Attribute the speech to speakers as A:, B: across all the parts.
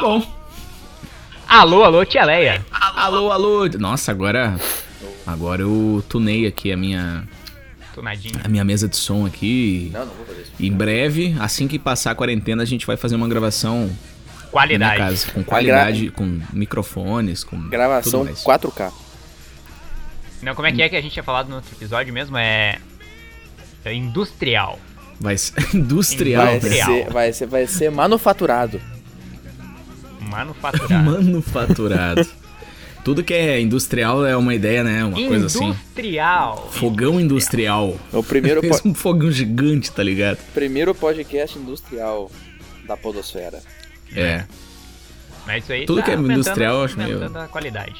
A: bom.
B: Alô, alô, tia Leia.
A: Alô, alô. Nossa, agora. Agora eu tunei aqui a minha,
B: Tonadinho.
A: a minha mesa de som aqui.
C: Não, não vou fazer isso.
A: Em breve, assim que passar a quarentena, a gente vai fazer uma gravação na minha
B: Qualidade.
A: casa, com qualidade, com microfones, com tudo
C: Gravação
A: mais.
C: 4K.
B: Não, como é que é que a gente tinha falado no outro episódio mesmo? É. é industrial.
A: Vai ser industrial, né?
C: Vai
A: velho.
B: Industrial.
C: ser, vai, ser, vai ser manufaturado.
B: Manufaturado.
A: Manufaturado. Tudo que é industrial é uma ideia, né? Uma coisa assim.
B: industrial.
A: Fogão industrial.
C: É o primeiro,
A: Fez
C: po-
A: um fogão gigante, tá ligado?
C: primeiro podcast industrial da Podosfera.
A: É.
B: Mas isso aí
A: Tudo
B: tá
A: que é
B: aumentando-
A: industrial, eu acho meio-
B: aumentando a qualidade.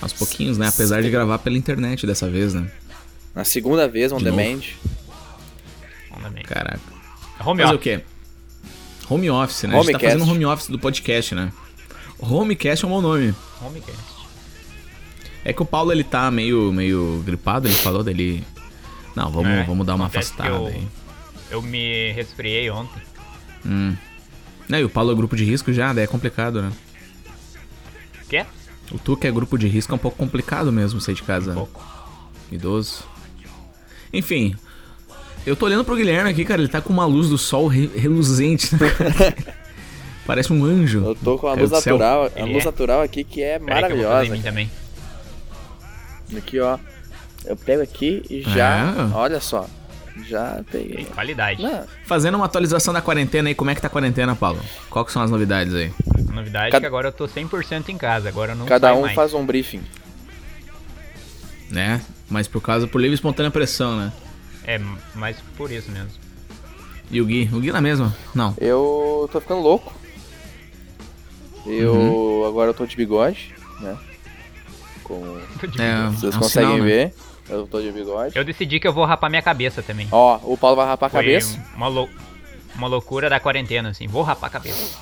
A: Aos pouquinhos, né? Apesar de gravar pela internet dessa vez, né?
C: Na segunda vez, on
A: De novo.
C: demand.
B: Vamos também.
A: Caraca.
B: Home
A: Fazer o
B: office.
A: quê? Home office, né? a gente tá
C: Homecast.
A: fazendo home office do podcast, né? Homecast é um bom nome.
B: Homecast.
A: É que o Paulo, ele tá meio, meio gripado, ele falou dele... Não, vamos,
B: É,
A: vamos dar uma
B: Acontece que
A: afastada
B: eu-
A: aí.
B: Eu me resfriei ontem.
A: Não, e o Paulo é grupo de risco já, daí é complicado, né?
B: Quê?
A: O tu que é grupo de risco é um pouco complicado mesmo sair de casa.
B: Um Pouco.
A: Idoso. Enfim, eu tô olhando pro Guilherme aqui, cara, ele tá com uma luz do sol re- reluzente. na cara. Parece um anjo.
C: Eu tô com a
A: Caiu
C: luz
A: do céu.
C: natural, a
B: Ele
C: luz
B: é.
C: natural aqui que é
B: Peraí que eu vou fazer em
C: maravilhosa.
B: mim também.
C: Aqui, ó. Eu pego aqui e já.
A: É.
C: Olha só. Já
B: Tem
C: peguei.
B: qualidade.
C: Não,
A: Fazendo uma atualização da quarentena aí, como é que tá a quarentena, Paulo? Qual que são as novidades aí?
B: A novidade é
C: Cada-
B: que agora eu tô 100% em casa. Agora eu não
C: cada
B: saio
C: um
B: mais.
C: faz um briefing.
A: Né? Mas por causa, por livre e espontânea pressão, né?
B: É, mas por isso mesmo.
A: E o Gui? O Gui na mesma? Não.
C: Eu tô ficando louco. Eu.
A: Uhum.
C: Agora eu tô de bigode, né? Como
A: É,
C: vocês
A: é um
C: conseguem
A: sinal, né?
C: ver, eu tô de bigode.
B: Eu decidi que eu vou rapar minha cabeça também.
C: Ó, o Paulo vai rapar a
B: Foi
C: cabeça.
B: Uma, lou- uma loucura da quarentena, assim. Vou rapar a cabeça.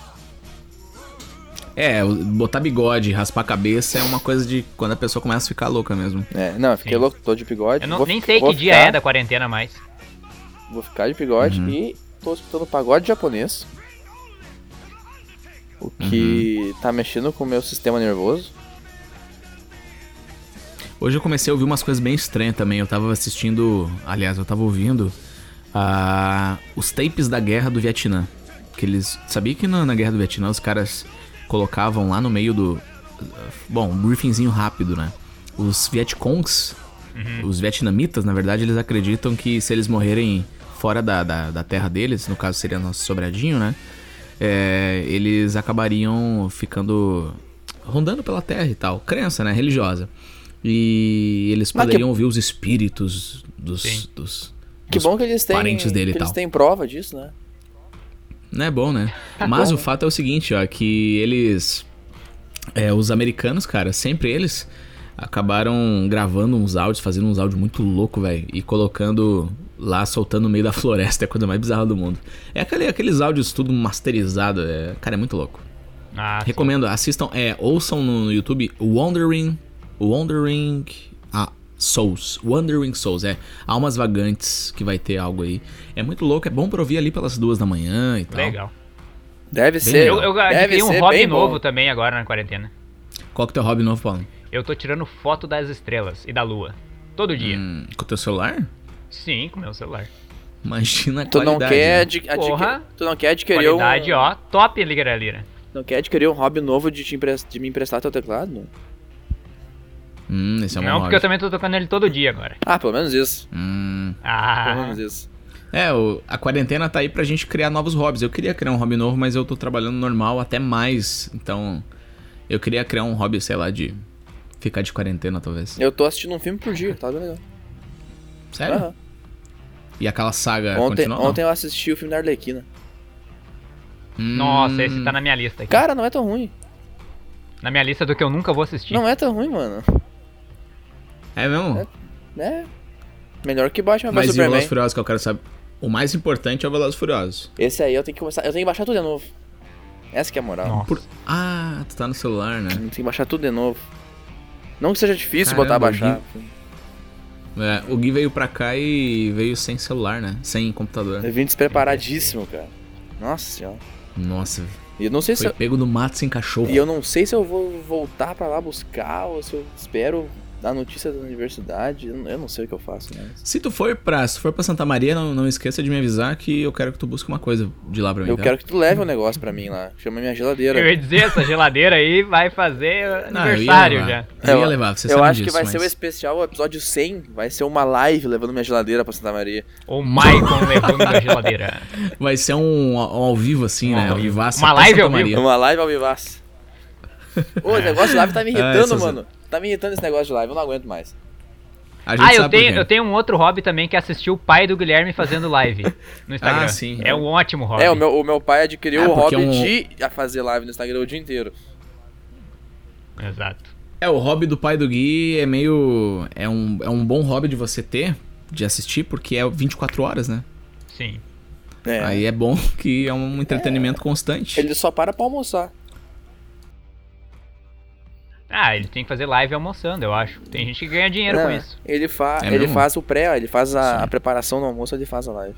A: É, o- botar bigode, raspar a cabeça é uma coisa de quando a pessoa começa a ficar louca mesmo.
C: É, não, eu fiquei
B: Sim.
C: louco, tô de bigode.
B: Eu não,
C: vou
B: nem
C: fi-
B: sei
C: vou
B: que dia
C: ficar-
B: é da quarentena mais.
C: Vou ficar de bigode
A: Uhum.
C: e tô escutando pagode japonês. O que
A: Uhum.
C: tá mexendo com o meu sistema nervoso.
A: Hoje eu comecei a ouvir umas coisas bem estranhas também. Eu tava assistindo, aliás, eu tava ouvindo ah, os tapes da guerra do Vietnã. Que eles. Sabia que na, na guerra do Vietnã os caras colocavam lá no meio do. Bom, um briefingzinho rápido, né? Os Vietcongs, Uhum. os vietnamitas, na verdade, eles acreditam que se eles morrerem fora da, da, da terra deles, no caso seria nosso sobradinho, né? É, eles acabariam ficando. rondando pela terra e tal. Crença, né? Religiosa. E eles
C: Mas que-
A: poderiam ouvir os espíritos dos.
B: Sim.
A: dos
C: Que
A: dos
C: bom que eles têm.
A: parentes dele e
C: que eles
A: tal.
C: têm prova disso, né?
A: Não é bom, né? Mas o fato é o seguinte, ó, que eles. é, os americanos, cara, sempre eles acabaram gravando uns áudios, fazendo uns áudios muito louco, velho, e colocando lá, soltando no meio da floresta, é a coisa mais bizarra do mundo. É aquele- aqueles áudios tudo masterizado, é, cara, é muito louco.
B: Ah, sim.
A: Recomendo, assistam, é, ouçam no, no YouTube Wandering, Wandering ah, Souls, Wandering Souls, é, Almas Vagantes, que vai ter algo aí. É muito louco, é bom pra ouvir ali pelas duas da manhã e tal.
B: Legal.
C: Deve ser.
B: Eu, eu
C: deve
B: adquiri um
C: ser
B: hobby
C: bem bom.
B: novo também agora na quarentena.
A: Qual que é o teu hobby novo, Paulo?
B: Eu tô tirando foto das estrelas e da lua. Todo dia.
A: Hum, com o teu celular?
B: Sim, com meu celular.
A: Imagina a
C: Tu não,
A: qualidade,
C: quer
A: né?
C: adqui- adqui-
B: Porra.
C: tu não quer adquirir
B: Qualidade,
C: um.
B: ó. Top, Liga Lira.
C: Não quer adquirir um hobby novo de, te empres- de me emprestar teu teclado?
A: Hum, esse é um
B: Não,
A: bom
B: porque eu
A: hobby.
B: também tô tocando ele todo dia agora.
C: Ah, pelo menos isso.
A: Hum.
C: Pelo
B: Ah,
C: menos isso.
A: É, o- a quarentena tá aí pra gente criar novos hobbies. Eu queria criar um hobby novo, mas eu tô trabalhando normal até mais. Então, eu queria criar um hobby, sei lá, de ficar de quarentena, talvez.
C: Eu tô assistindo um filme por dia, tá
B: É.
C: legal.
A: Sério?
C: Aham.
A: E aquela saga
C: Ontem,
A: É, continua? ou não?
C: ontem eu assisti o filme da Arlequina.
A: Hum,
B: nossa, esse tá na minha lista aqui.
C: Cara, não é tão ruim.
B: Na minha lista do que eu nunca vou assistir.
C: Não é tão ruim, mano.
A: É mesmo?
C: Né? Melhor que Batman vs
A: mas e o Velozes
C: Superman.
A: e Furiosos que eu quero saber? O mais importante é o Velozes e Furiosos.
C: Esse aí eu tenho que começar. Eu tenho que baixar tudo de novo. Essa que é a moral.
B: Nossa.
A: Por- Ah, tu tá no celular, né?
C: Eu tenho que baixar tudo de novo. Não que seja difícil
A: Caramba,
C: botar baixar.
A: É, o Gui veio pra cá e veio sem celular, né? Sem computador.
C: Eu vim despreparadíssimo, cara. Nossa senhora.
A: Nossa,
C: E eu não sei se.
A: Foi
C: Eu,
A: pego no mato sem cachorro.
C: e eu não sei se eu vou voltar pra lá buscar ou se eu espero dar notícia da universidade. Eu não- eu não sei o que eu faço, né?
A: Se tu for pra, se tu for pra Santa Maria, não, não esqueça de me avisar que eu quero que tu busque uma coisa de lá pra mim.
C: Eu
A: tá?
C: quero que tu leve um negócio pra mim lá. Chama minha geladeira.
B: Eu ia dizer, essa geladeira aí vai fazer
A: Não, eu ia
B: aniversário já.
A: levar. Eu ia
C: Eu-
A: levar, você
C: Eu
A: sabe
C: acho que
A: disso,
C: vai
A: mas-
C: ser o especial, o episódio 100. Vai ser uma live levando minha geladeira pra Santa Maria.
B: O Maicon levando a geladeira.
A: Vai ser um, um ao vivo, assim,
B: Um
A: né?
B: ao
A: Ao
B: vivo.
A: vivaço,
B: Uma
A: até
B: live
A: Santa
B: ao vivo.
A: Maria.
C: É uma live ao vivaço. Ô, o negócio de live tá me
A: Ah,
C: irritando,
A: essas-
C: mano. Tá me irritando esse negócio de live, eu não aguento mais.
A: A gente
B: Ah, eu
A: sabe por
B: tenho,
A: quê.
B: eu tenho um outro hobby também que é assistir o pai do Guilherme fazendo live no Instagram.
A: Ah, sim.
B: É um ótimo hobby.
C: É, o meu, o meu pai adquiriu
A: Ah,
C: o
A: porque é
C: hobby
A: um-
C: de a fazer live no Instagram o dia inteiro.
B: Exato.
A: É, o hobby do pai do Gui é meio. É um, é um bom hobby de você ter, de assistir, porque é 24 horas, né?
B: Sim.
C: É.
A: Aí é bom que é um entretenimento constante.
C: Ele só para pra almoçar.
B: Ah, ele tem que fazer live almoçando, eu acho. Tem gente que ganha dinheiro com
C: É,
B: isso.
C: Ele, fa...
A: É
C: ele
A: mesmo?
C: faz o pré, ele faz a,
A: Sim.
C: a preparação do almoço, ele faz a live.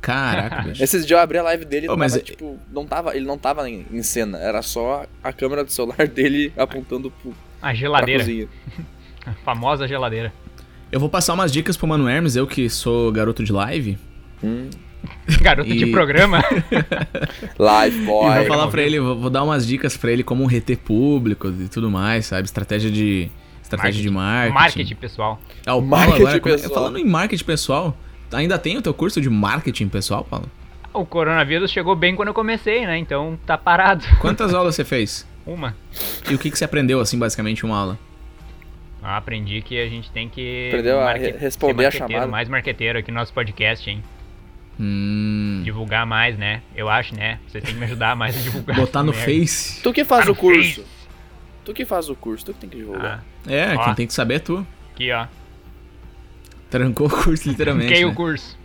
A: Caraca, bicho.
C: Esses dias eu abri a live dele,
A: Ô, mas
C: tava,
A: é-
C: tipo, não tava, ele não tava em, em cena, era só a câmera do celular dele apontando pro,
B: A
C: pra
B: geladeira.
C: cozinha.
B: A famosa geladeira.
A: Eu vou passar umas dicas pro Mano Hermes, eu que sou garoto de live.
C: Hum,
B: Garoto de
A: E-
B: programa.
C: Live boy.
A: e vou
B: vamos
A: falar pra
B: ver.
A: ele, vou, vou dar umas dicas pra ele como reter público e tudo mais, sabe? Estratégia de. Estratégia de marketing.
B: Marketing, pessoal.
A: Ah, o Paulo
C: Marketing
A: agora, como-
C: pessoal.
A: falando em marketing pessoal, ainda tem o teu curso de marketing pessoal, Paulo?
B: O coronavírus chegou bem quando eu comecei, né? Então tá parado.
A: Quantas aulas você fez?
B: Uma.
A: E o que, que você aprendeu, assim, basicamente, em uma aula?
B: Ah, aprendi que a gente tem que
C: Aprendeu a
B: marque-
C: re- responder
B: ser
C: a
B: marqueteiro,
C: chamada.
B: Mais marqueteiro aqui no nosso podcast, hein?
A: Hum.
B: Divulgar mais, né? Eu acho, né? Vocês têm que me ajudar mais a divulgar.
A: Botar no
B: Merda.
A: Face?
C: Tu que faz
B: Ah,
C: o curso. Tu que faz o curso, tu que tem que divulgar.
B: Ah,
A: É,
B: Ó.
A: quem tem que saber é tu.
B: aqui, ó.
A: Trancou o curso, literalmente.
B: Fiquei
A: né?
B: o curso.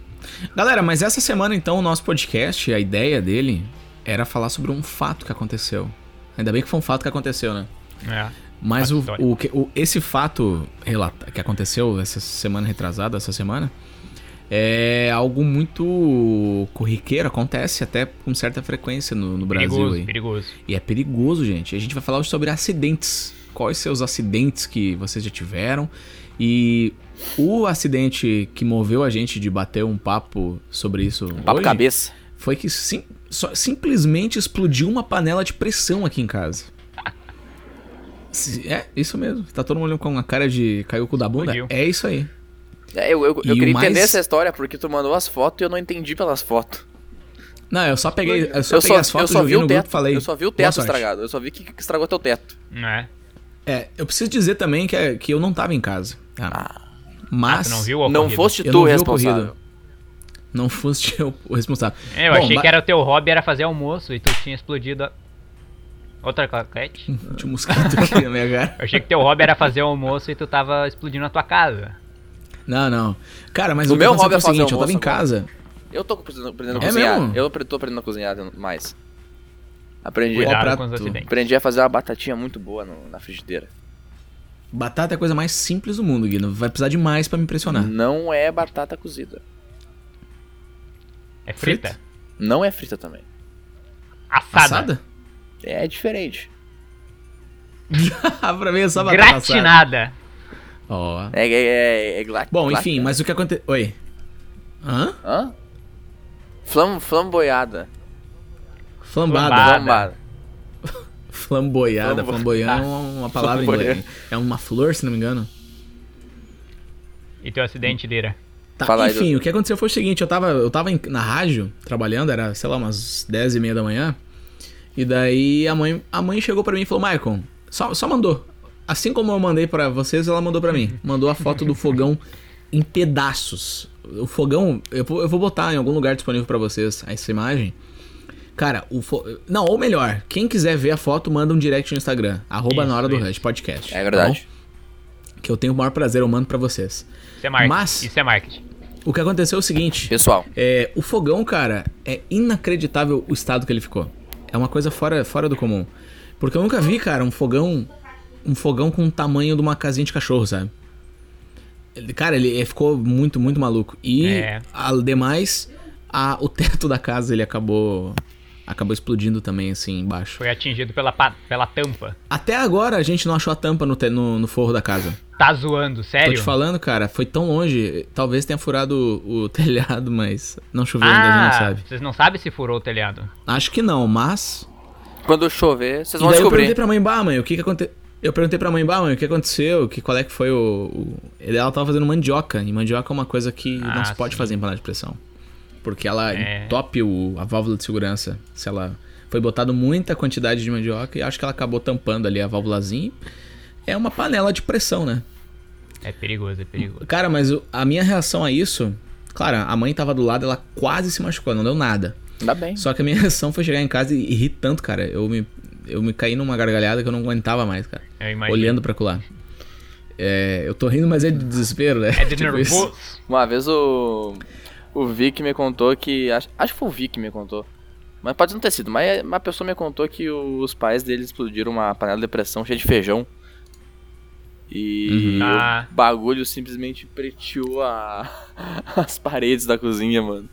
A: Galera, mas essa semana, então, o nosso podcast, a ideia dele era falar sobre um fato que aconteceu. Ainda bem que foi um fato que aconteceu, né?
B: É.
A: Mas
B: Fato
A: o,
B: histórico.
A: o que- o- esse fato relata- que aconteceu essa semana retrasada, essa semana, é algo muito corriqueiro, acontece até com certa frequência no, no Brasil.
B: perigoso,
A: aí.
B: perigoso.
A: E é perigoso, gente. A gente vai falar sobre acidentes. Quais seus acidentes que vocês já tiveram? E o acidente que moveu a gente de bater um papo sobre isso
C: Papo
A: hoje
C: cabeça.
A: foi que sim- só- simplesmente explodiu uma panela de pressão aqui em casa. Se- É, isso mesmo. Tá todo mundo olhando com uma cara de caiu o cu da bunda?
B: Explodiu.
A: É isso aí.
C: É, eu eu, eu
A: E o
C: queria
A: mais-
C: entender essa história porque tu mandou as fotos e eu não entendi pelas fotos.
A: Não, eu só peguei, eu só
C: eu
A: peguei
C: só,
A: as fotos,
C: eu só
A: joguei
C: vi
A: no
C: o teto,
A: grupo e falei.
C: eu só vi o
A: "Boa
C: teto
A: sorte."
C: estragado. Eu só vi que que estragou teu teto.
B: Né?
A: É, eu preciso dizer também que, é- que eu não tava em casa. tá?
B: Ah,
A: Mas
B: tu não viu o
C: não
B: ocorrido?
C: foste
A: Eu
C: tu
A: não vi o
C: responsável.
A: ocorrido. não fosse eu o responsável.
B: É, eu
A: Bom,
B: achei
A: ba-
B: que era o teu hobby, era fazer almoço e tu tinha explodido a... Outra claquete?
A: Tinha um mosquito aqui na minha cara.
B: Eu achei que teu hobby era fazer almoço e tu tava explodindo a tua casa.
A: Não, não. Cara, mas
C: O
A: o, que
C: meu
A: aconteceu
C: hobby é
A: foi o seguinte,
C: fazer
A: eu tava em
C: almoço agora.
A: casa.
C: Eu tô aprendendo, aprendendo a
A: É
C: cozinhar.
A: mesmo?
C: Eu pre- tô aprendendo a cozinhar mais. Aprendi,
A: Cuidado.
B: Cuidado
A: prato.
B: com os acidentes.
C: aprendi a fazer uma batatinha muito boa no- na frigideira.
A: Batata é a coisa mais simples do mundo, Guido. Vai precisar de mais pra me impressionar.
C: Não é batata cozida.
B: É frita?
A: Frita?
C: Não é frita também.
B: Assada.
A: Assada?
C: É diferente.
A: pra mim é só batata assada.
B: Gratinada.
A: Ó.
C: É, é, é, é gla-
A: Bom,
C: gla-
A: enfim, mas o que aconteceu... Oi. Hã?
C: Hã? Flam, flamboiada.
A: Flambada.
B: Flambada.
C: Flambada.
A: Flamboiada.
C: Flambo-
A: Flamboiar é uma palavra em inglês. É uma flor, se não me engano.
B: E teu acidente, Lira?
A: Tá,
C: Fala aí,
A: enfim, o que aconteceu foi o seguinte, eu tava, eu tava em- na rádio, trabalhando, era, sei lá, umas 10 e meia da manhã, e daí a mãe, a mãe chegou pra mim e falou, Maicon, só, só mandou. Assim como eu mandei pra vocês, ela mandou pra mim. Mandou a foto do fogão em pedaços. O fogão, eu vou, eu vou botar em algum lugar disponível pra vocês essa imagem. Cara, o fo... Não, ou melhor, quem quiser ver a foto, manda um direct no Instagram. Arroba
B: Isso,
A: na hora do
B: isso.
A: Rush Podcast.
C: É verdade.
A: tá bom? que eu tenho o maior prazer, eu mando pra vocês.
B: Isso é marketing.
A: Mas-
B: Isso é marketing.
A: O que aconteceu é o seguinte.
C: Pessoal,
A: É, o fogão, cara, é inacreditável o estado que ele ficou. É uma coisa fora, fora do comum. Porque eu nunca vi, cara, um fogão. Um fogão com o tamanho de uma casinha de cachorro, sabe? Ele- cara, ele, ele ficou muito, muito maluco. E,
B: É.
A: ademais, a- o teto da casa ele acabou acabou explodindo também, assim, embaixo.
B: Foi atingido pela, pa- pela tampa.
A: Até agora a gente não achou a tampa no, te- no, no forro da casa.
B: Tá zoando,
A: Tô
B: sério?
A: te falando, cara, foi tão longe. Talvez tenha furado o, o telhado, mas não choveu ainda, a gente
B: ah,
A: não sabe.
B: vocês não sabem se furou o telhado.
A: Acho que não, mas.
C: Quando chover, vocês
A: E
C: vão
A: daí eu perguntei
C: descobrir.
A: pra mãe, bah, mãe, o que que aconteceu? Eu perguntei pra mãe, bah, mãe, o que aconteceu? Que, qual é que foi o, o- Ela tava fazendo mandioca, e mandioca é uma coisa que
B: Ah,
A: não se pode
B: sim.
A: fazer em panela de pressão. Porque ela
B: É.
A: entope o, a válvula de segurança. Se ela. Foi botado muita quantidade de mandioca e acho que ela acabou tampando ali a válvulazinha. É uma panela de pressão, né?
B: É perigoso, é perigoso.
A: Cara, mas o- a minha reação a isso. Claro, a mãe tava do lado, ela quase se machucou, não deu nada.
C: Ainda bem.
A: Só que a minha reação foi chegar em casa e e rir tanto, cara. Eu me, eu me caí numa gargalhada que eu não aguentava mais, cara.
B: Eu imagino.
A: Olhando pra colar. É, eu tô rindo, mas é de desespero, né?
B: É de
A: Tipo isso.
B: nervoso.
C: Uma vez o. O Vic me contou que. Acho, acho que foi o Vic que me contou. Mas pode não ter sido, mas uma pessoa me contou que os pais dele explodiram uma panela de pressão cheia de feijão. E
A: Uhum.
B: Ah.
C: o bagulho simplesmente preteou a- as paredes da cozinha, mano.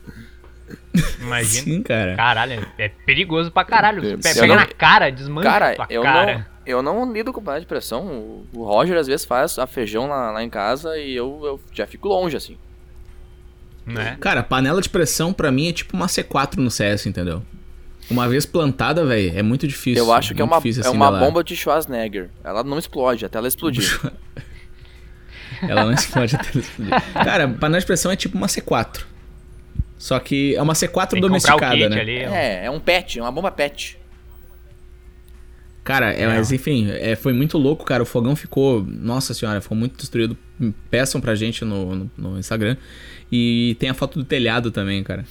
B: Imagina.
A: Sim, cara.
B: Caralho, é é perigoso pra caralho. Você
C: Eu
B: pega
C: não-
B: na cara, desmancha
C: Cara,
B: tua
C: eu
B: cara.
C: não, eu não lido com panela de pressão. O- O Roger às vezes faz a feijão lá, lá em casa e eu, eu já fico longe, assim.
B: Né?
A: Cara, panela de pressão pra mim é tipo uma C4 no CS, entendeu? Uma vez plantada, velho, é muito difícil.
C: eu acho que é
A: muito
C: uma,
A: difícil,
C: é
A: assim,
C: uma
A: dela-
C: bomba de Schwarzenegger. Ela não explode até ela explodir.
A: Ela não explode até ela explodir. Cara, panela de pressão é tipo uma C4. Só que é uma C4
B: Tem que comprar o
A: domesticada,
B: kit
A: né?
B: ali. ó.
C: é, é um pet, é uma bomba pet.
A: Cara, é,
B: É.
A: mas enfim, é, foi muito louco, cara. O fogão ficou. Nossa senhora, ficou muito destruído. Peçam pra gente no, no, no Instagram. E tem a foto do telhado também, cara.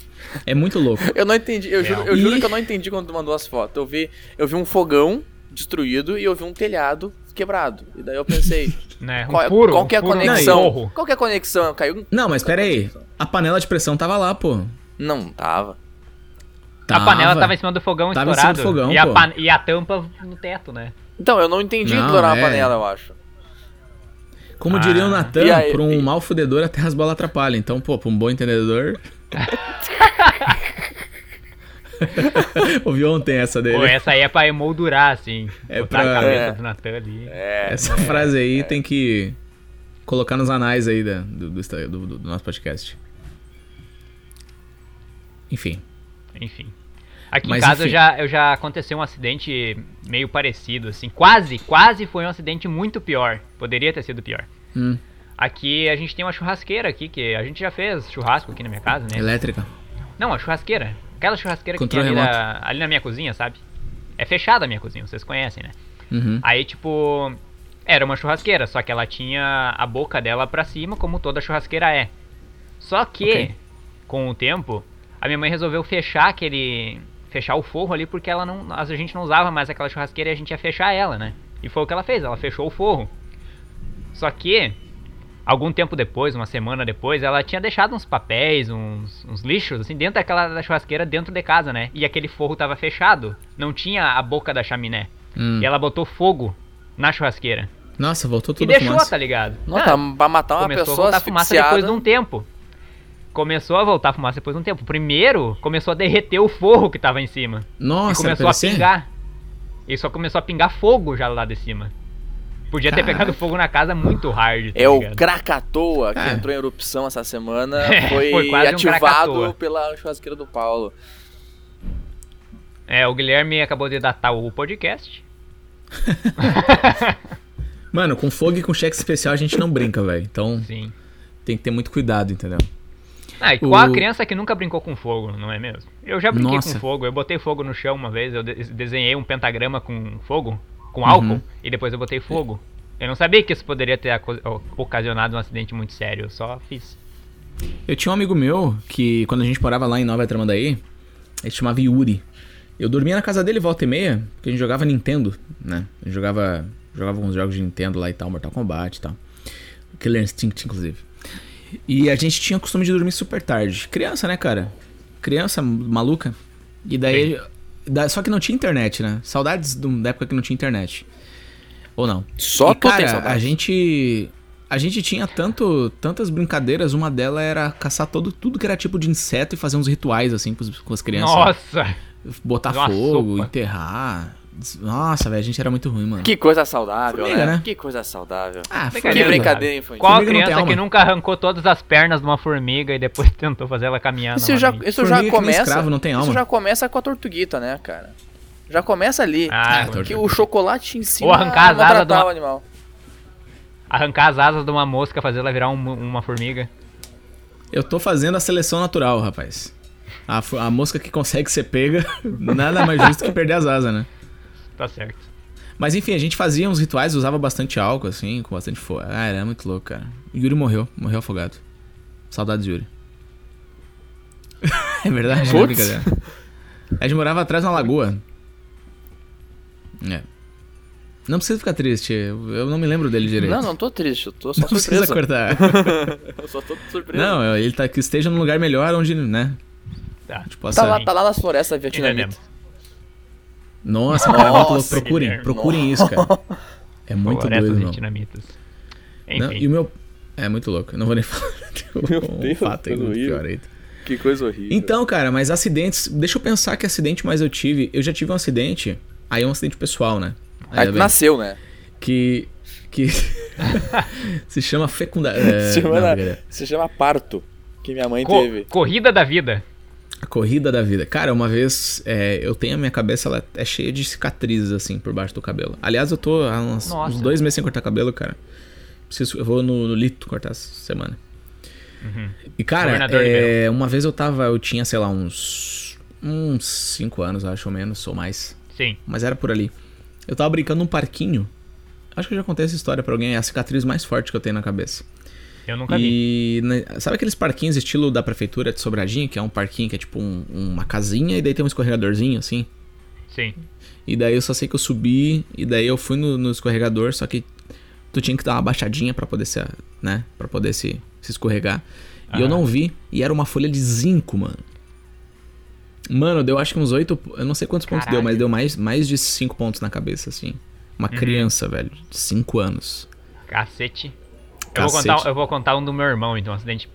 A: É muito louco.
C: Eu não entendi, eu, juro, eu
A: Ih.
C: juro que eu não entendi quando tu mandou as fotos. Eu vi, eu vi um fogão destruído e eu vi um telhado quebrado. E daí eu pensei,
B: Né? Um
C: qual, é-
B: furo,
C: qual
B: um
C: que é a
B: furo no
C: conexão?
B: forro.
C: Qual que é a conexão? Caiu?
A: Não, mas pera aí. A panela de pressão tava lá, pô.
C: Não, tava. Ah,
B: A panela tava em cima do fogão
A: Tava em cima
B: estourado.
A: do fogão,
B: e, a
A: pô.
B: pan- e a tampa no teto, né?
C: Então, eu não entendi
A: Não,
C: dourar
A: é.
C: a panela, eu acho.
A: Como diria o
B: Ah.
A: Natan,
C: E aí?
A: por um mal fudedor até as bolas atrapalham. Então, pô, pra um bom entendedor. Ouvi ontem essa dele.
B: Pô, essa aí é pra emoldurar, assim.
A: É
B: botar
A: pra-
B: a cabeça
C: é.
B: do Natan ali.
C: É,
A: Essa frase aí tem que colocar nos anais aí da- do, do Insta- do- do- do nosso podcast. Enfim.
B: Enfim. Aqui
A: Mas,
B: em casa eu
A: enfim.
B: já, eu já aconteceu um acidente meio parecido, assim. Quase, quase foi um acidente muito pior. Poderia ter sido pior.
A: Hum,
B: Aqui a gente tem uma churrasqueira aqui, que a gente já fez churrasco aqui na minha casa, né?
A: elétrica.
B: Não, a churrasqueira. Aquela churrasqueira que tem
A: Controle
B: ali na, ali na minha cozinha, sabe? É fechada a minha cozinha, vocês conhecem, né?
A: Uhum.
B: Aí, tipo, era uma churrasqueira, só que ela tinha a boca dela pra cima, como toda churrasqueira é. Só que,
A: Ok.
B: com o tempo, a minha mãe resolveu fechar aquele. fechar o forro ali, porque ela não. A gente não usava mais aquela churrasqueira e a gente ia fechar ela, né? E foi o que ela fez, ela fechou o forro. Só que, algum tempo depois, uma semana depois, ela tinha deixado uns papéis, uns, uns lixos, assim, dentro daquela da churrasqueira, dentro de casa, né? E aquele forro tava fechado, não tinha a boca da chaminé.
A: Hum.
B: E ela botou fogo na churrasqueira.
A: Nossa, voltou
B: e
A: tudo a
B: deixou,
A: fumaça.
B: tá ligado?
C: Não,
B: Ah,
C: tá pra matar uma
B: começou a
C: pessoa
B: voltar fumaça depois de
C: asfixiada.
B: um tempo. Começou a voltar fumaça depois de um tempo. Primeiro, começou a derreter o forro que tava em cima.
A: Nossa,
B: e começou a
C: assim?
A: PVC?
B: pingar. E só começou a pingar fogo já lá de cima. Podia ter
A: Caraca.
B: pegado fogo na casa muito hard, tá
C: É o
B: ligado?
C: Krakatoa que
A: Ah.
C: entrou em erupção essa semana.
B: É,
C: Foi,
B: foi quase um
C: ativado
B: Krakatoa.
C: pela churrasqueira do Paulo.
B: É, o Guilherme acabou de datar o podcast.
A: Mano, com fogo e com cheque especial a gente não brinca, velho. Então
B: Sim.
A: tem que ter muito cuidado, entendeu?
B: Ah, e qual a
A: O-
B: criança que nunca brincou com fogo, não é mesmo? Eu já brinquei
A: Nossa.
B: com fogo, eu botei fogo no chão uma vez, eu de- desenhei um pentagrama com fogo, com álcool,
A: Uhum.
B: e depois eu botei fogo. Eu não sabia que isso poderia ter aco- o- ocasionado um acidente muito sério, eu só fiz.
A: Eu tinha um amigo meu que, quando a gente morava lá em Nova Tramandaí, ele se chamava Yuri. Eu dormia na casa dele volta e meia, porque a gente jogava Nintendo, né? A gente jogava, jogava alguns jogos de Nintendo lá e tal, Mortal Kombat e tal. Killer Instinct, inclusive. E a gente tinha o costume de dormir super tarde. Criança, né, cara? Criança maluca. E daí. da- só que não tinha internet, né? Saudades do- da época que não tinha internet. Ou não?
C: Só
A: E,
C: tu tem
A: cara,
C: saudade.
A: a gente a gente tinha tanto tantas brincadeiras, uma delas era caçar todo tudo que era tipo de inseto e fazer uns rituais assim pros, com as crianças.
B: Nossa!
A: botar
B: Fazer uma
A: fogo,
B: sopa.
A: enterrar. Nossa, velho, a gente era muito ruim, mano.
C: Que coisa saudável,
A: Formiga,
C: né?
A: né?
C: Que coisa saudável.
A: Ah,
B: Que
C: Que
A: foda-se.
C: brincadeira infantil.
B: Qual a
A: Formiga não tem
B: criança que
A: alma.
B: nunca arrancou todas as pernas de uma formiga e depois tentou fazer ela caminhar
C: Isso já,
B: novamente?
C: isso já
A: Ah, Formiga que nem
C: começa.
A: escravo, não tem
C: Isso
A: alma.
C: já começa com a tortuguita, né, cara? Já começa ali.
B: Ah,
A: Ah,
C: que o chocolate te ensina
B: Ou arrancar
C: a
B: as asas
C: maltratar
B: de uma-
C: o animal.
B: Arrancar as asas de uma mosca, fazer ela virar um- uma formiga.
A: Eu tô fazendo a seleção natural, rapaz. A, fo- a mosca que consegue ser pega, nada mais justo que perder as asas, né?
B: Tá certo.
A: Mas enfim, a gente fazia uns rituais, usava bastante álcool, assim, com bastante fogo. Ah, era muito louco, cara. Yuri morreu, morreu afogado. Saudades de Yuri. é verdade, não é
C: Putz.
A: brincadeira. A gente morava atrás de uma lagoa. É. Não precisa ficar triste, eu eu não me lembro dele direito.
C: Não, não tô triste, eu tô só
A: Não precisa
C: surpreso.
A: cortar.
C: Eu só tô surpreso.
A: Não, eu- ele tá que esteja num lugar melhor onde, né?
B: Tá.
A: Tipo, possa...
C: tá, lá, tá lá nas florestas vietnamitas.
B: Entendemos.
A: Nossa, cara, muito louco.
C: Nossa,
A: procurem,
B: Guilherme.
A: procurem isso, cara. É muito
B: Florestas
A: doido, não.
B: vietnamitas.
A: não. E
B: Enfim,
A: o meu é muito louco, eu não vou nem falar. Tem um
C: Meu Deus,
A: fato aí
C: tudo
A: muito
C: isso.
A: pior aí.
C: Que coisa horrível.
A: Então, cara, mas acidentes, deixa eu pensar que acidente mais eu tive. Eu já tive um acidente, aí é um acidente pessoal, né?
C: Aí
A: Ainda
C: tu
A: bem.
C: nasceu, né?
A: que que se chama fecundação. É,
C: se, chama,
A: não, brincadeira.
C: se chama parto, que minha mãe
B: co-
C: teve.
B: corrida da vida.
A: A corrida da vida. Cara, uma vez é, eu tenho a minha cabeça, ela é cheia de cicatrizes, assim, por baixo do cabelo. Aliás, eu tô há uns,
B: Nossa.
A: uns dois meses sem cortar cabelo, cara. Preciso, eu vou no, no Lito cortar essa semana. E, cara,
B: Uhum. Governador
A: é,
B: Ribeiro.
A: uma vez eu tava, eu tinha, sei lá, uns. Uns 5 anos, eu acho, ou menos, ou mais.
B: Sim.
A: Mas era por ali. Eu tava brincando num parquinho. Acho que eu já contei essa história pra alguém. É a cicatriz mais forte que eu tenho na cabeça.
B: Eu nunca vi.
A: E né, sabe aqueles parquinhos estilo da prefeitura de Sobradinho, que é um parquinho que é tipo um- uma casinha e daí tem um escorregadorzinho assim?
B: Sim.
A: E daí eu só sei que eu subi e daí eu fui no, no escorregador, só que tu tinha que dar uma baixadinha pra poder se, né, para poder se, se escorregar. E eu
B: Ah.
A: não vi e era uma folha de zinco, mano. Mano, deu acho que uns oito, eu não sei quantos pontos deu,
B: Caralho.
A: mas deu mais mais de cinco pontos na cabeça assim. Uma
B: Uhum.
A: criança, velho, de 5 anos.
B: Cacete. Eu vou,
A: Cacete.
B: contar, eu vou contar um do meu irmão, então, um acidente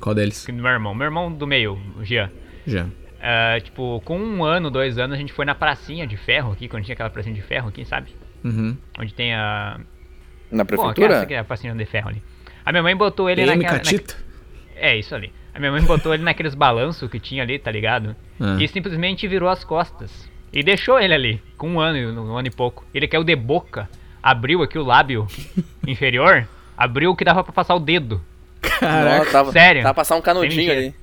A: Qual deles?
B: do meu irmão. Meu irmão do meio, o Jean.
A: Já.
B: Ah, tipo, com um ano, dois anos, a gente foi na pracinha de ferro aqui, quando tinha aquela pracinha de ferro aqui, sabe?
A: Uhum.
B: Onde tem a.
C: Na
B: Bom,
C: prefeitura?
B: aquela que é a pracinha de ferro ali. A minha mãe botou ele
A: M.
B: naquela. na-
A: Catito?
B: É, isso ali. A minha mãe botou ele naqueles balanços que tinha ali, tá ligado?
A: Ah.
B: E simplesmente virou as costas. E deixou ele ali, com um ano, e- um ano e pouco. Ele caiu de boca, abriu aqui o lábio inferior, abriu o que dava pra passar o dedo.
A: Caraca.
C: Não, tava,
B: sério?
C: Tava passar um canudinho
B: mentira.
C: ali.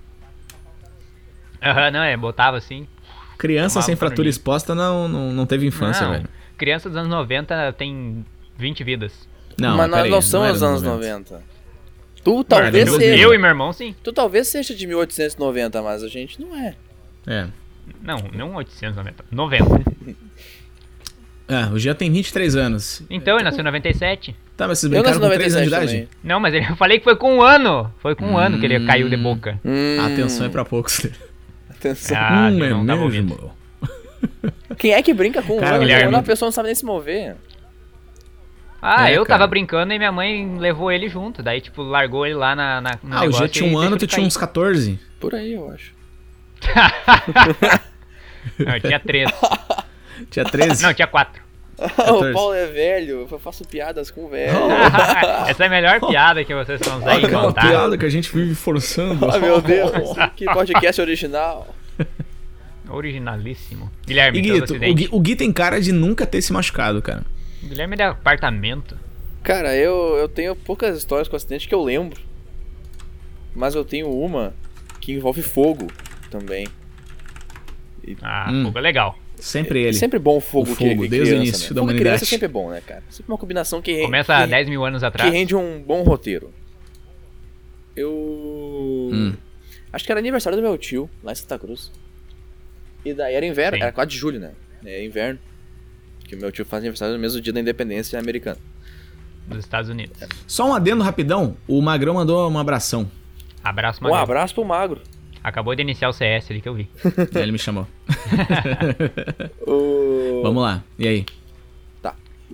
B: Aham, não, é, botava assim.
A: Criança
B: Tomava
A: sem fratura
B: Panini.
A: exposta não, não, não teve infância,
B: não,
A: velho.
B: criança dos anos 90 tem 20 vidas.
A: Não,
C: mas nós
A: peraí,
C: não somos
A: era
C: os anos 90. Tu talvez
A: era
B: eu,
A: seja.
B: eu
C: seja.
B: e meu irmão, sim.
C: Tu talvez seja de 1890, mas a gente não é.
A: É.
B: Não, não 890, 90.
A: Ah, o Jean tem 23 anos.
B: Então, ele nasceu em 97.
A: Tá, mas vocês
C: Eu nasci
A: brincaram
C: em
A: com 3 anos
C: 97
A: de idade?
C: também.
B: Não, mas ele, eu falei que foi com um ano. Foi com um ano que ele
A: Hum.
B: caiu de boca.
C: Hum,
A: A atenção é pra poucos.
C: atenção.
B: Ah,
A: hum,
B: ele
A: é
B: não tava ouvindo.
A: mesmo.
C: Um Quem é que brinca com um
A: Cara,
C: ano?
B: Guilherme.
C: Quando a pessoa não sabe nem se mover.
B: Ah,
A: É,
B: eu
A: cara.
B: tava brincando e minha mãe levou ele junto. Daí, tipo, largou ele lá na. na no
A: Ah, o Jean
B: negócio
A: tinha
B: e
A: um ano,
B: deixou
A: tu
B: ele
A: tinha uns 14.
C: Por aí, eu acho.
B: cair. Não, eu tinha três.
A: Tinha 13.
B: Não, eu tinha quatro.
C: o Paulo é velho, eu faço piadas com o velho.
A: Oh!
B: Essa é a melhor piada que vocês conseguem
A: Aquela
B: inventar.
A: piada que a gente vive forçando. um-
C: Ah, meu Deus, que podcast original.
B: Originalíssimo.
A: E
B: Guilherme, então,
A: Gui,
C: Então,
B: todo
A: tu- o,
B: acidente.
A: Gui, o Gui tem cara de nunca ter se machucado, cara.
B: Guilherme é de apartamento.
C: Cara, eu, eu tenho poucas histórias com acidente que eu lembro. Mas eu tenho uma que envolve fogo também.
B: Ah,
A: Hum.
B: fogo é legal.
A: Sempre ele.
C: É sempre bom o fogo,
A: O fogo,
C: que,
A: desde o
C: criança,
A: início
C: né?
A: da
C: fogo de
A: humanidade.
C: criança sempre é bom, né, cara? Sempre uma combinação que,
B: Começa há
C: É, que,
B: 10 mil anos
C: que
B: atrás.
C: rende um bom roteiro. Eu.
A: Hum.
C: Acho que era aniversário do meu tio, lá em Santa Cruz. E daí era inverno,
B: Sim.
C: era 4 de julho, né? É inverno. Que meu tio faz aniversário no mesmo dia da independência americana.
B: Dos Estados Unidos.
C: É.
A: Só um adendo rapidão. O Magrão mandou um abração.
B: Abraço,
C: Um
B: Magrão.
C: abraço pro magro.
B: Acabou de iniciar o CS ali que eu vi.
A: Aí ele me chamou.
C: O...
A: Vamos lá. E aí?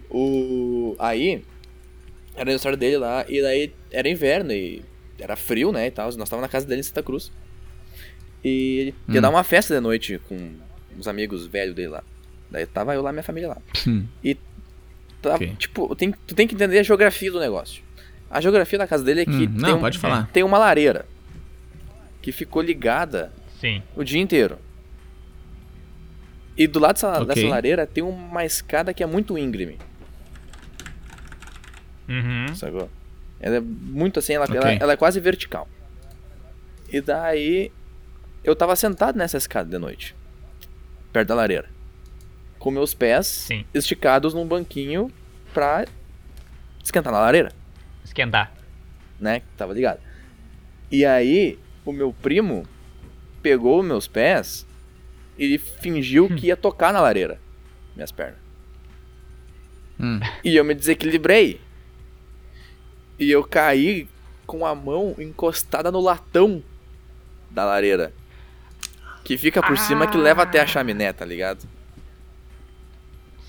C: O... Aí, era aniversário dele lá, e daí era inverno, e era frio,
A: Hum.
C: né, e tal, nós tava na casa dele em Santa Cruz. E ele ia dar uma festa de noite com uns amigos velhos dele lá. Daí tava eu lá, minha família lá.
A: Hum.
C: E tá,
A: Ok.
C: tipo, tem, tu tem que entender a geografia do negócio. A geografia da casa dele é que
A: Hum,
C: tem,
A: não,
C: um-
A: pode falar.
C: tem uma lareira que ficou ligada
B: Sim.
C: o dia inteiro. E do lado dessa,
A: Ok.
C: dessa lareira tem uma escada que é muito íngreme,
B: Uhum.
C: sacou? Ela é muito assim, ela,
A: Ok.
C: ela, ela é quase vertical. E daí eu tava sentado nessa escada de noite, perto da lareira, com meus pés
B: Sim.
C: esticados num banquinho pra esquentar na lareira,
B: Esquentar.
C: né? que Tava ligado. E aí o meu primo pegou meus pés e fingiu que ia tocar na lareira, minhas pernas.
A: Hum.
C: E eu me desequilibrei. E eu caí com a mão encostada no latão da lareira. Que fica por cima que leva até a chaminé, tá ligado?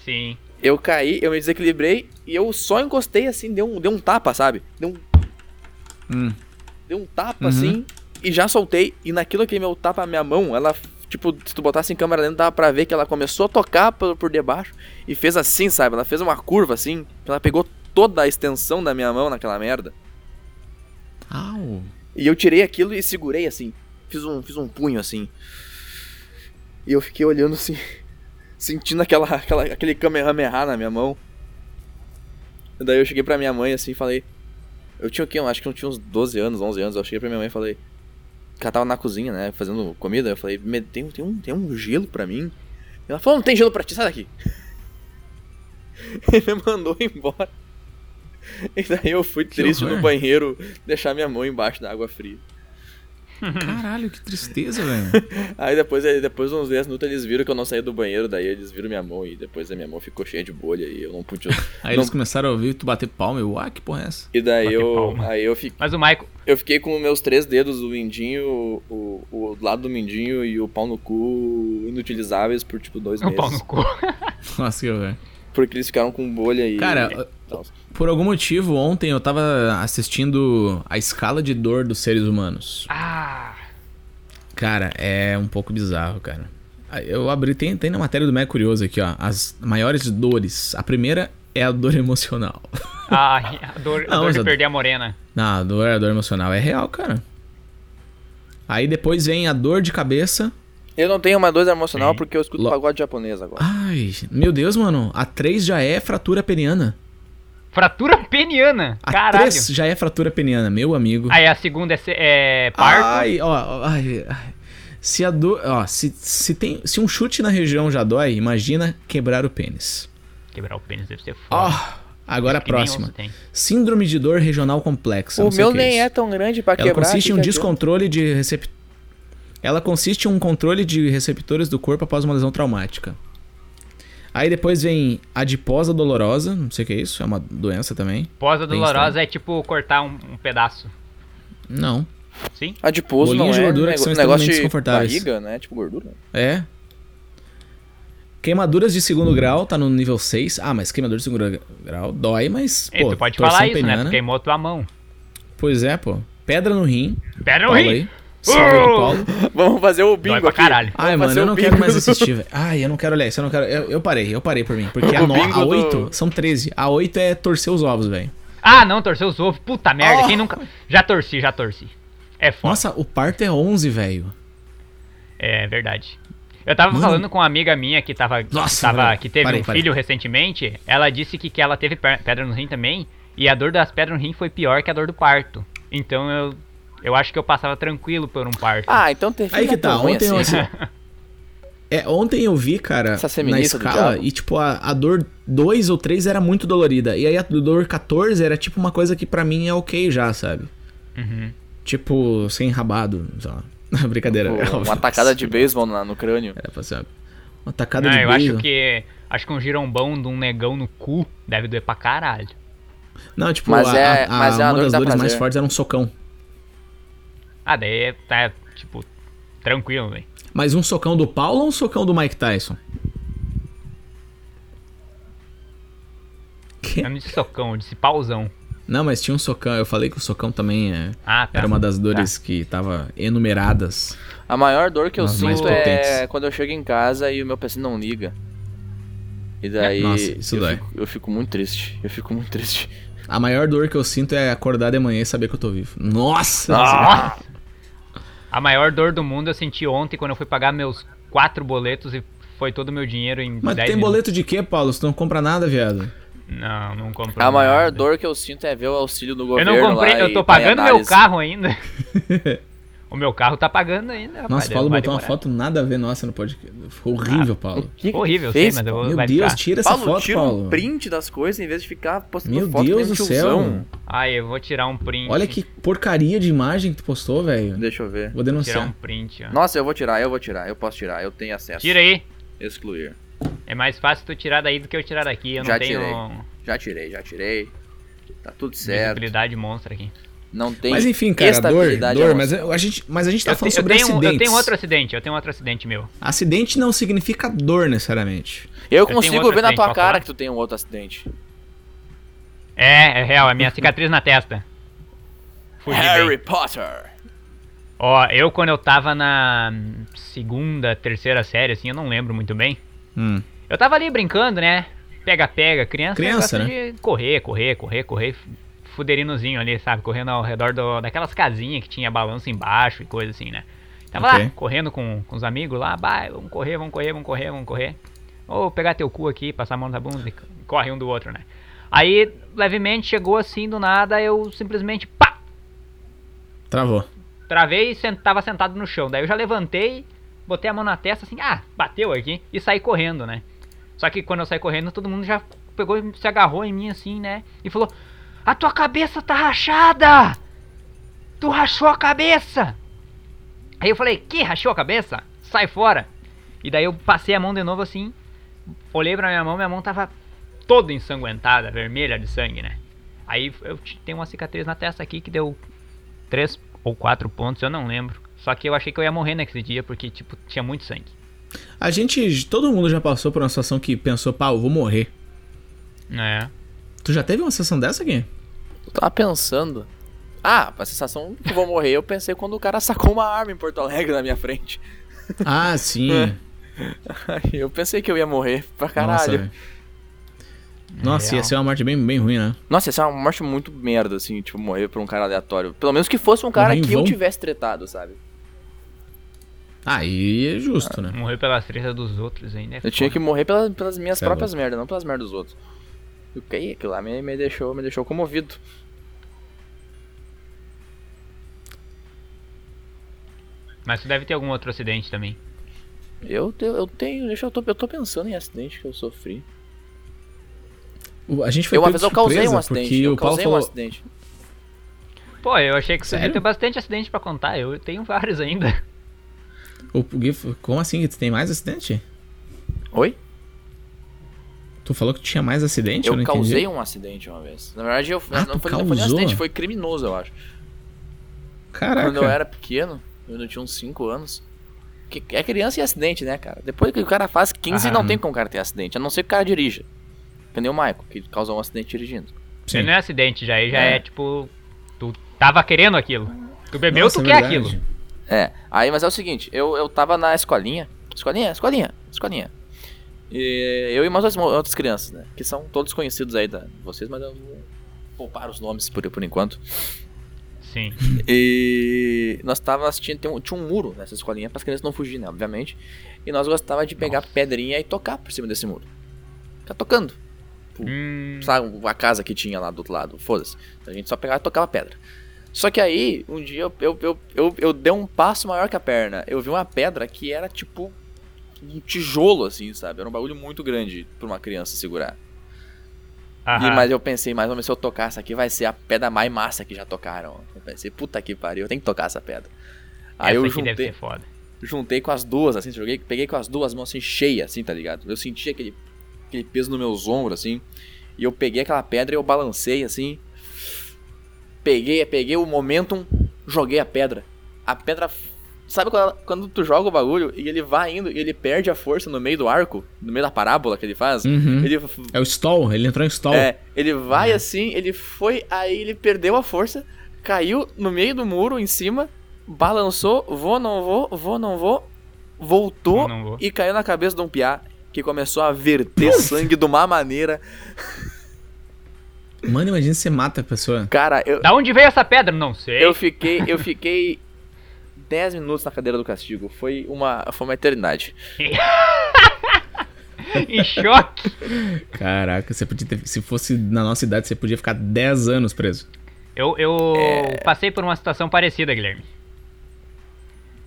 B: Sim.
C: Eu caí, eu me desequilibrei e eu só encostei assim, deu um, deu um tapa, sabe? Deu um,
A: Hum.
C: deu um tapa
A: Uhum.
C: assim e já soltei. E naquilo que meu tapa, minha mão, ela, tipo, se tu botasse em câmera lenta, dava pra ver que ela começou a tocar por, por debaixo e fez assim, sabe? Ela fez uma curva assim, ela pegou toda a extensão da minha mão naquela merda.
A: Au.
C: E eu tirei aquilo e segurei assim. Fiz um, fiz um punho assim. E eu fiquei olhando assim, sentindo aquela, aquela, aquele Kamehameha na minha mão. E daí eu cheguei pra minha mãe assim e falei. Eu tinha o quê? Eu acho que eu tinha uns 12 anos, 11 anos. Eu cheguei pra minha mãe e falei. Que ela tava na cozinha, né? Fazendo comida. Eu falei, "Me- tem, tem, um, tem um gelo pra mim? Ela falou, não tem gelo pra ti, sai daqui. Ele me mandou embora. E daí eu fui triste no
A: horror.
C: banheiro deixar minha mão embaixo da água fria.
A: Caralho, que tristeza, velho.
C: Aí depois, aí depois uns 10 minutos eles viram que eu não saí do banheiro, daí eles viram minha mão e depois a minha mão ficou cheia de bolha e eu não pude.
A: Aí
C: Não.
A: eles começaram a ouvir tu bater palma. Eu, ah, que porra é essa?
C: E daí
B: Bater
C: eu,
B: palma.
C: aí eu, fi,
B: Mas o Michael.
C: eu fiquei com meus três dedos, o mindinho, o, o lado do mindinho e o pau no cu inutilizáveis por tipo dois
B: O
C: meses.
B: pau no cu.
A: Nossa, que horror.
C: Porque eles ficaram com bolha e.
A: Cara,
C: tal.
A: por algum motivo, ontem eu tava assistindo a escala de dor dos seres humanos.
B: Ah.
A: Cara, é um pouco bizarro, cara. Ah, Eu abri, tem, tem na matéria do Mé Curioso aqui, ó. As maiores dores. A primeira é a dor emocional.
B: Ai, a dor, a
A: Não,
B: dor
A: mas
B: de
A: a-
B: perder a morena.
A: Não, a dor, a dor emocional é real, cara. Aí depois vem a dor de cabeça.
C: Eu não tenho uma dor emocional
B: Sim.
C: porque eu escuto
A: Lo- Ah,
C: pagode japonês agora.
A: Ai, meu Deus, mano. A 3 já é fratura peniana.
B: Fratura peniana.
A: A
B: Caralho.
A: 3 já é fratura peniana, meu amigo.
B: Aí a segunda é, se- é parto.
A: Ai, ó, ó, ai, ai. Se a dor, ó, se, se tem, se um chute na região já dói, imagina quebrar o pênis.
B: Quebrar o pênis deve ser
A: Ó,
B: foda.
A: agora
B: Ah,
A: a
B: que nem
A: Ah, próxima.
B: osso tem.
A: Síndrome de dor regional complexa.
C: O
A: não sei
C: meu
A: que
C: nem
A: isso.
C: é tão grande pra
A: Ela
C: quebrar. tipo,
A: consiste em um
C: que é que
A: descontrole de recep... Ela consiste em um controle de receptores do corpo após uma lesão traumática. Aí depois vem adiposa dolorosa, não sei o que é isso, é uma doença também.
B: Posa
A: Tem
B: dolorosa é tipo cortar um, um pedaço.
A: Não.
B: Sim?
C: Adiposo não
A: Bolinhas de
C: é
A: gordura que
C: nego-
A: são
C: negócio
A: extremamente
C: de
A: desconfortáveis.
C: barriga, né? Tipo gordura.
A: É. Queimaduras de segundo grau, tá no nível 6. Ah, mas queimadura de segundo grau dói, mas.
B: Ei,
A: Pô,
B: É, tu pode
A: torção
B: falar isso, né?
A: peniana.
B: Tu queimou tua mão.
A: Pois é, pô. Pedra no rim.
B: Pera
A: Paulo
B: aí.
A: aí. Salve
B: É Uh!
A: do Paulo.
C: Vamos fazer o bingo
B: Dói pra
C: aqui.
B: caralho.
A: Ai,
C: Vamos
A: mano,
C: fazer
A: eu
C: o
A: não
C: bingo
A: quero mais
C: do-
A: assistir, velho. Ai, eu não quero olhar isso, eu não quero. Eu, eu parei, eu parei por mim. Porque a,
C: O
A: no,
C: bingo
A: a
C: do-
A: 8 são 13. A 8 é torcer os ovos, velho.
B: Ah, não, torceu os ovos. Puta merda,
C: Oh.
B: quem nunca. Já torci, já torci. É foda.
A: Nossa, o parto é 11, velho.
B: É verdade. Eu tava
A: Mano.
B: falando com uma amiga minha que tava.
A: Nossa,
B: tava-
A: parei,
B: que teve
A: parei,
B: um
A: parei.
B: filho recentemente. Ela disse que, que ela teve pe- pedra no rim também. E a dor das pedras no rim foi pior que a dor do parto. Então eu. Eu acho que eu passava tranquilo por um parto.
C: Ah, então ter
A: Aí
C: filho
A: que
C: é
A: tá,
C: tão ruim
A: ontem eu
C: assim.
A: assi- É, ontem eu vi, cara,
C: Essa
A: na
C: feminista do
A: escala,
C: diabo.
A: e tipo, a, a dor 2 ou 3 era muito dolorida. E aí a dor 14 era tipo uma coisa que pra mim é ok já, sabe?
B: Uhum.
A: Tipo, sem rabado, sei lá. Brincadeira. é
C: Pô,
A: óbvio.
C: tipo, Uma tacada de beisebol na- no crânio.
A: Era pra ser uma, uma tacada
B: Não,
A: Ah, de
B: Né, eu
A: beijo.
B: acho que. Acho que um girombão de um negão no cu deve doer pra caralho.
A: Não, tipo,
C: Mas
A: a, a-
C: é-
A: a-
C: mas é uma
A: uma
C: dor que
A: das
C: dá
A: dores mais
C: prazer.
A: fortes era um socão.
B: Ah, daí é- tá, tipo, tranquilo, velho.
A: Mas um socão do Paulo ou um socão do Mike Tyson? Que?
B: Tá Eu não disse socão, eu disse pauzão.
A: Não, mas tinha um socão. Eu falei que o socão também é-
B: Ah, tá.
A: era uma das dores que tava enumeradas.
C: A maior dor que eu
A: Nas mais
C: sinto é
A: potentes.
C: quando eu chego em casa e o meu PC não liga. E daí
A: Nossa, isso
C: eu,
A: dói.
C: Fico, eu fico muito triste. Eu fico muito triste.
A: A maior dor que eu sinto é acordar de manhã e saber que eu tô vivo. Nossa! Ah.
B: Nossa! A maior dor do mundo eu senti ontem quando eu fui pagar meus quatro boletos e foi todo o meu dinheiro em
A: Mas
B: 10
A: tem
B: minutos.
A: boleto de quê, Paulo? Você não compra nada, viado?
B: Não, não comprei.
C: É A maior
B: nada.
C: dor que eu sinto é ver o auxílio do
B: Eu
C: governo.
B: não comprei,
C: lá
B: eu
C: e-
B: tô
C: tá em
B: pagando meu
C: análise.
B: carro ainda. o meu carro tá pagando ainda, rapaz.
A: Nossa, Paulo
B: vai
A: botou uma
B: demorar.
A: foto nada a ver nossa no podcast. Foi horrível, Paulo.
C: Que que
B: Horrível, eu sei,
C: fez,
B: mas eu vou.
A: Meu
B: vai
A: Deus,
B: ficar.
A: tira essa
C: Paulo,
A: foto,
C: tira
A: Paulo.
C: um print das coisas em vez de ficar postando
A: Meu
C: foto que
A: Deus
C: nem
A: do
C: tiozão.
A: céu.
B: Ai, eu vou tirar um print.
A: Olha que porcaria de imagem que tu postou, velho.
C: Deixa eu ver.
B: Tirar
A: Vou
B: um
A: denunciar.
B: print, ó.
C: Nossa, eu vou tirar, eu vou tirar, eu posso tirar, eu tenho acesso.
B: Tira aí.
C: Excluir.
B: É mais fácil tu tirar daí do que eu tirar daqui. Eu
C: Já
B: não tenho
C: tirei. Já tirei, já tirei. Tá tudo certo.
B: visibilidade monstra aqui.
C: Não tem.
A: Mas enfim, cara, dor,
C: estabilidade
A: dor,
C: ao-
A: mas é- eu- a gente, mas a gente tá
B: eu,
A: falando
B: te- eu
A: sobre
B: tenho, um-
A: acidentes.
B: eu tenho outro acidente, eu tenho um outro acidente meu.
A: Acidente não significa dor necessariamente.
C: Eu
B: tenho
C: consigo
B: outro
C: ver na
B: acidente,
C: tua
B: posso
C: cara
B: falar?
C: que tu tem um outro acidente.
B: É, é real, é minha cicatriz na testa. Fugi bem.
C: Harry Potter.
B: Ó, eu quando eu tava na segunda, terceira série, assim, eu não lembro muito bem.
A: Hum.
B: Eu tava ali brincando, né? Pega-pega, criança.
A: Criança, né?
B: gosta De correr, correr, correr, correr. f- Fuderinozinho ali, sabe? Correndo ao redor do- daquelas casinhas que tinha balanço embaixo e coisa assim, né? Tava
A: Ok.
B: lá, correndo com, com os amigos lá. Bah, vamos correr, vamos correr, vamos correr, vamos correr. Ou pegar teu cu aqui, passar a mão na bunda e c- corre um do outro, né? Aí, levemente, chegou assim, do nada, eu simplesmente, pá,
A: Travou.
B: Travei e sen- tava sentado no chão. Daí eu já levantei, botei a mão na testa assim, ah, bateu aqui, e saí correndo, né? Só que quando eu saí correndo, todo mundo já pegou e se agarrou em mim assim, né? E falou: A tua cabeça tá rachada! Tu rachou a cabeça! Aí eu falei: Que rachou a cabeça? Sai fora! E daí eu passei a mão de novo assim, olhei pra minha mão, minha mão tava toda ensanguentada, vermelha de sangue, né? Aí eu t- tenho uma cicatriz na testa aqui que deu três ou quatro pontos, eu não lembro. Só que eu achei que eu ia morrer naquele dia, porque, tipo, tinha muito sangue.
A: A gente, todo mundo já passou por uma situação que pensou, pau, eu vou morrer.
B: É.
A: Tu já teve uma situação dessa aqui?
C: Eu tava pensando. Ah, a sensação que eu vou morrer, eu pensei quando o cara sacou uma arma em Porto Alegre na minha frente.
A: Ah, sim.
C: É. Aí Eu pensei que eu ia morrer pra
A: Nossa, é.
C: caralho.
A: velho. Nossa, ia
B: Real.
A: ser uma morte bem, bem ruim, né?
C: Nossa, essa é uma morte muito merda, assim, tipo, morrer por um cara aleatório. Pelo menos que fosse um cara
A: Morrer em
C: que eu
A: vão?
C: tivesse tretado, sabe?
A: Aí é justo, né?
B: Morreu pelas tretas dos outros ainda. é
C: Eu tinha que
B: foda.
C: morrer pelas, pelas minhas
A: Cê é
C: próprias merdas, não pelas merdas dos outros. O que aquilo lá me, me deixou, me deixou comovido.
B: Mas tu deve ter algum outro acidente também.
C: Eu, te- eu tenho, deixa eu tô, eu tô pensando em acidente que eu sofri.
A: O- A gente foi
C: É. eu uma
A: pego
C: vez
A: de
C: eu causei
A: surpresa
C: um acidente,
A: porque
C: eu
A: o Paulo
C: causei
A: falou,
C: um acidente.
B: Pô, eu achei que você
A: Sério?
B: ia ter bastante acidente pra contar. Eu tenho vários ainda.
A: O Gui, falou, como assim? Tu tem mais acidente?
C: Oi?
A: Tu falou que tinha mais acidente? Eu,
C: Eu
A: não
C: causei
A: entendi.
C: um acidente uma vez. Na verdade, eu
A: Ah,
C: não
A: tu
C: foi, não foi nem um
A: causou?
C: acidente, foi criminoso, eu acho.
A: Caraca.
C: um Quando eu era pequeno, eu não tinha uns 5 anos. Que é criança e acidente, né, cara? Depois que o cara faz 15,
B: Ah,
C: não
A: hum.
C: tem como o cara ter acidente, a não ser que o cara dirija. Que nem o Michael, que causou um acidente dirigindo.
A: Sim.
B: Não é acidente já, aí já
C: É.
B: é. tipo. Tu tava querendo aquilo. Tu bebeu, tu
A: Nossa, é
B: quer
A: verdade.
B: aquilo.
C: É, aí, mas é o seguinte, eu, eu tava na escolinha, escolinha, escolinha, escolinha. E eu e mais outras, outras crianças, né? Que são todos conhecidos aí da vocês, mas eu vou poupar os nomes por, por enquanto.
B: Sim.
C: E nós tava assistindo, tem um- tinha um muro nessa escolinha para as crianças não fugirem, né, obviamente. E nós gostava de pegar pedrinha e tocar por cima desse muro. Ficar tocando.
B: Hum,
C: sabe, a casa que tinha lá do outro lado, foda-se. A gente só pegava e tocava pedra. Só que aí, um dia eu, eu, eu, eu, eu dei um passo maior que a perna. Eu vi uma pedra que era tipo um tijolo, assim, sabe? Era um bagulho muito grande pra uma criança segurar. E,
B: aham.
C: mas eu pensei, mais ou menos, se eu tocar essa aqui, vai ser a pedra mais massa que já tocaram. Eu pensei, puta que pariu, eu tenho que tocar essa pedra. Aí
B: Essa
C: eu
B: aqui deve
C: juntei,
B: ser foda.
C: juntei com as duas, assim, joguei, peguei com as duas mãos assim, cheia, assim, tá ligado? Eu senti aquele, aquele peso nos meus ombros, assim, e eu peguei aquela pedra e eu balancei, assim, peguei, peguei o momentum, joguei a pedra. A pedra Sabe quando, ela- quando tu joga o bagulho e ele vai indo e ele perde a força no meio do arco, no meio da parábola que ele faz?
A: Uhum.
C: Ele,
A: É o stall, ele entrou em stall.
C: é, ele vai assim, ele foi, aí ele perdeu a força, caiu no meio do muro em cima, balançou, vou, não vou, vou, não vou, voltou
B: Vou, não vou.
C: e caiu na cabeça de um piá que começou a verter sangue de uma maneira.
A: Mano, imagina se você mata a pessoa.
C: Cara, eu,
B: Da onde veio essa pedra? Não sei.
C: Eu fiquei, eu fiquei 10 minutos na cadeira do castigo. Foi uma, foi uma eternidade.
B: em choque.
A: Caraca, você podia ter, se fosse na nossa idade, você podia ficar 10 anos preso.
B: Eu, eu
C: É.
B: passei por uma situação parecida, Guilherme.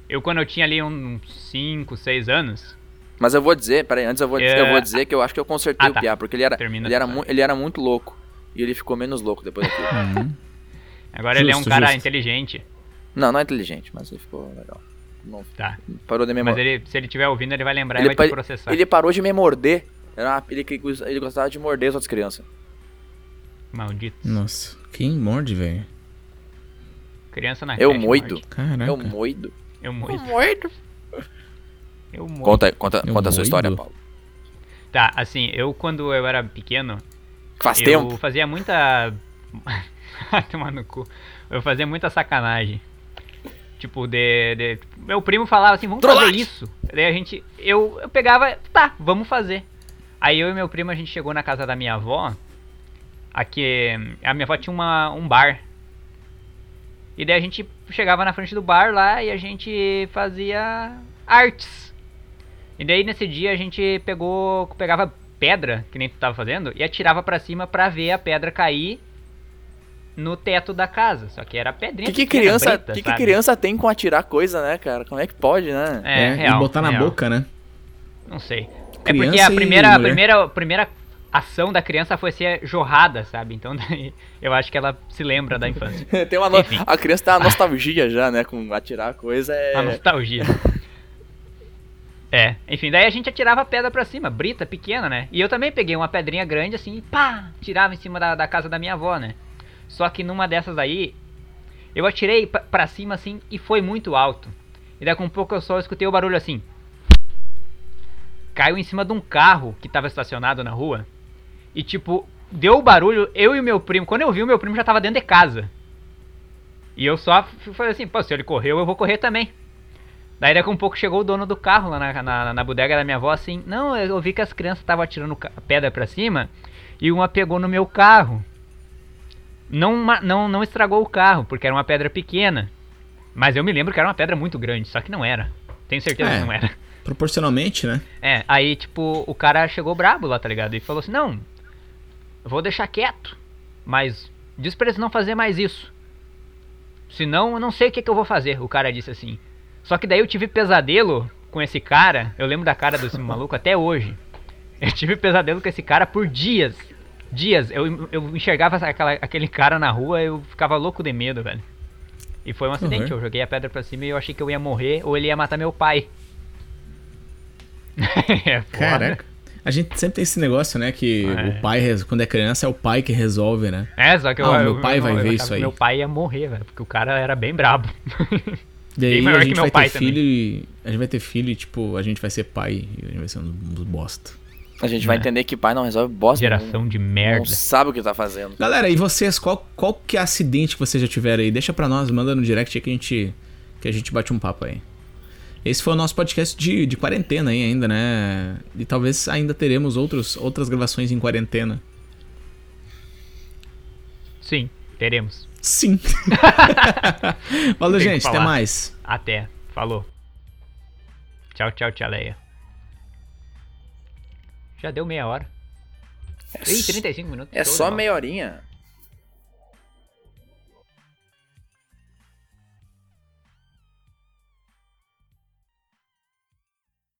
B: Eu, quando eu tinha ali um, uns 5, 6 anos,
C: Mas eu vou dizer, peraí, antes eu vou,
B: É.
C: eu vou dizer que eu acho que eu consertei
B: Ah, tá.
C: o Piá, porque ele era,
B: Termina tá.
C: ele, era
B: essa
C: mu- ele era muito louco. E ele ficou menos louco depois daquilo.
B: agora ele é um
A: Justo,
B: cara
A: justo.
B: inteligente,
C: não, não é inteligente, mas ele ficou legal. Não,
B: tá?
C: parou de me
B: Mas
C: morder.
B: ele, se ele estiver ouvindo, ele vai lembrar e
C: Ele,
B: vai te
C: pa-
B: processar.
C: ele parou de me morder. Era uma- ele, que- ele gostava de morder as outras crianças.
B: Maldito.
A: Nossa, quem morde, velho?
B: Criança na
C: Eu
B: creche,
C: moido.
B: morte.
A: Caraca.
C: Eu moido.
B: Eu moido.
C: moido.
B: Eu moido.
C: Conta, conta,
A: Eu
C: conta a sua
A: moido?
C: história, Paulo.
B: Tá, assim, eu quando eu era pequeno,
C: Faz
B: eu
C: tempo.
B: fazia muita. Vai Tomar no cu. Eu fazia muita sacanagem. Tipo, de. de- Meu primo falava assim, vamos fazer
C: Trollagem!
B: isso. Daí a gente. Eu, eu pegava, tá, vamos fazer. Aí eu e meu primo, a gente chegou na casa da minha avó. Aqui. A minha avó tinha uma, um bar. E daí a gente chegava na frente do bar lá e a gente fazia artes. E daí nesse dia a gente pegou, pegava pedra, que nem tu tava fazendo, e atirava pra cima pra ver a pedra cair no teto da casa. Só que era
C: O
B: pedrinha.
C: que, que
B: pequena,
C: criança,
B: preta,
C: que, que
B: sabe?
C: criança tem com atirar coisa, né, cara? Como é que pode, né?
B: É,
A: É,
B: real,
A: e botar na
B: real.
A: boca, né?
B: Não sei. é
A: Criança
B: porque a
A: e
B: primeira, a
A: mulher.
B: primeira, a primeira ação da criança foi ser jorrada, sabe? Então daí eu acho que ela se lembra da infância.
C: Tem uma no- A criança tem uma nostalgia já, né? Com atirar coisa é.
B: A nostalgia. É, enfim, daí a gente atirava a pedra pra cima, brita pequena, né? E eu também peguei uma pedrinha grande assim, e pá, tirava em cima da, da casa da minha avó, né? Só que numa dessas aí, eu atirei pra, pra cima assim e foi muito alto. E daqui a um pouco eu só escutei o barulho assim. Caiu em cima de um carro que tava estacionado na rua. E tipo, deu o barulho, eu e o meu primo. Quando eu vi, o meu primo já tava dentro de casa. E eu só f- falei assim, pô, se ele correu, eu vou correr também. Daí daqui a um pouco chegou o dono do carro lá na, na, na bodega da minha avó assim, não, eu vi que as crianças estavam atirando ca- pedra pra cima e uma pegou no meu carro. Não, ma- não, não estragou o carro, porque era uma pedra pequena. Mas eu me lembro que era uma pedra muito grande, só que não era. Tenho certeza
A: É.
B: que não era.
A: Proporcionalmente, né?
B: É, aí, tipo, o cara chegou brabo lá, tá ligado? E falou assim: Não, eu vou deixar quieto, mas diz pra eles não fazer mais isso. Senão eu não sei o que, que eu vou fazer, o cara disse assim. Só que daí eu tive pesadelo com esse cara, eu lembro da cara desse maluco até hoje. Eu tive pesadelo com esse cara por dias. Dias, eu, eu enxergava aquela- aquele cara na rua eu ficava louco de medo, velho. E foi um acidente,
A: Uhum.
B: eu joguei a pedra pra cima e eu achei que eu ia morrer ou ele ia matar meu pai. é foda.
A: Caraca. A gente sempre tem esse negócio, né? Que
B: É.
A: o pai, res- quando é criança, é o pai que resolve, né?
B: É, só que eu,
A: Ah,
B: eu-
A: meu pai
B: eu-
A: vai
B: eu
A: ver
B: achava
A: isso
B: que
A: aí.
B: Meu pai ia morrer, velho, porque o cara era bem brabo.
A: E aí
B: maior
A: a
B: que
A: gente
B: meu
A: vai
B: pai
A: ter filho e. A gente vai ter filho e, tipo, a gente vai ser pai e a gente vai ser um uns uns bosta.
C: A gente vai
B: É.
C: entender que pai não resolve bosta.
B: Geração de
C: não,
B: merda.
C: não sabe o que tá fazendo.
A: Galera, e vocês, qual, qual que é acidente que vocês já tiveram aí? Deixa pra nós, manda no direct aí que a gente, que a gente bate um papo aí. Esse foi o nosso podcast de, de quarentena aí ainda, né? E talvez ainda teremos outros, outras gravações em quarentena.
B: Sim, teremos.
A: Sim. Valeu,
B: Tem que
A: gente. Até
B: falar.
A: mais.
B: Até. Falou. Tchau, tchau, tia Leia. Já deu meia hora. Ih, 35 minutos.
C: É
B: Show de
C: só
B: bola.
A: é
C: É meia horinha.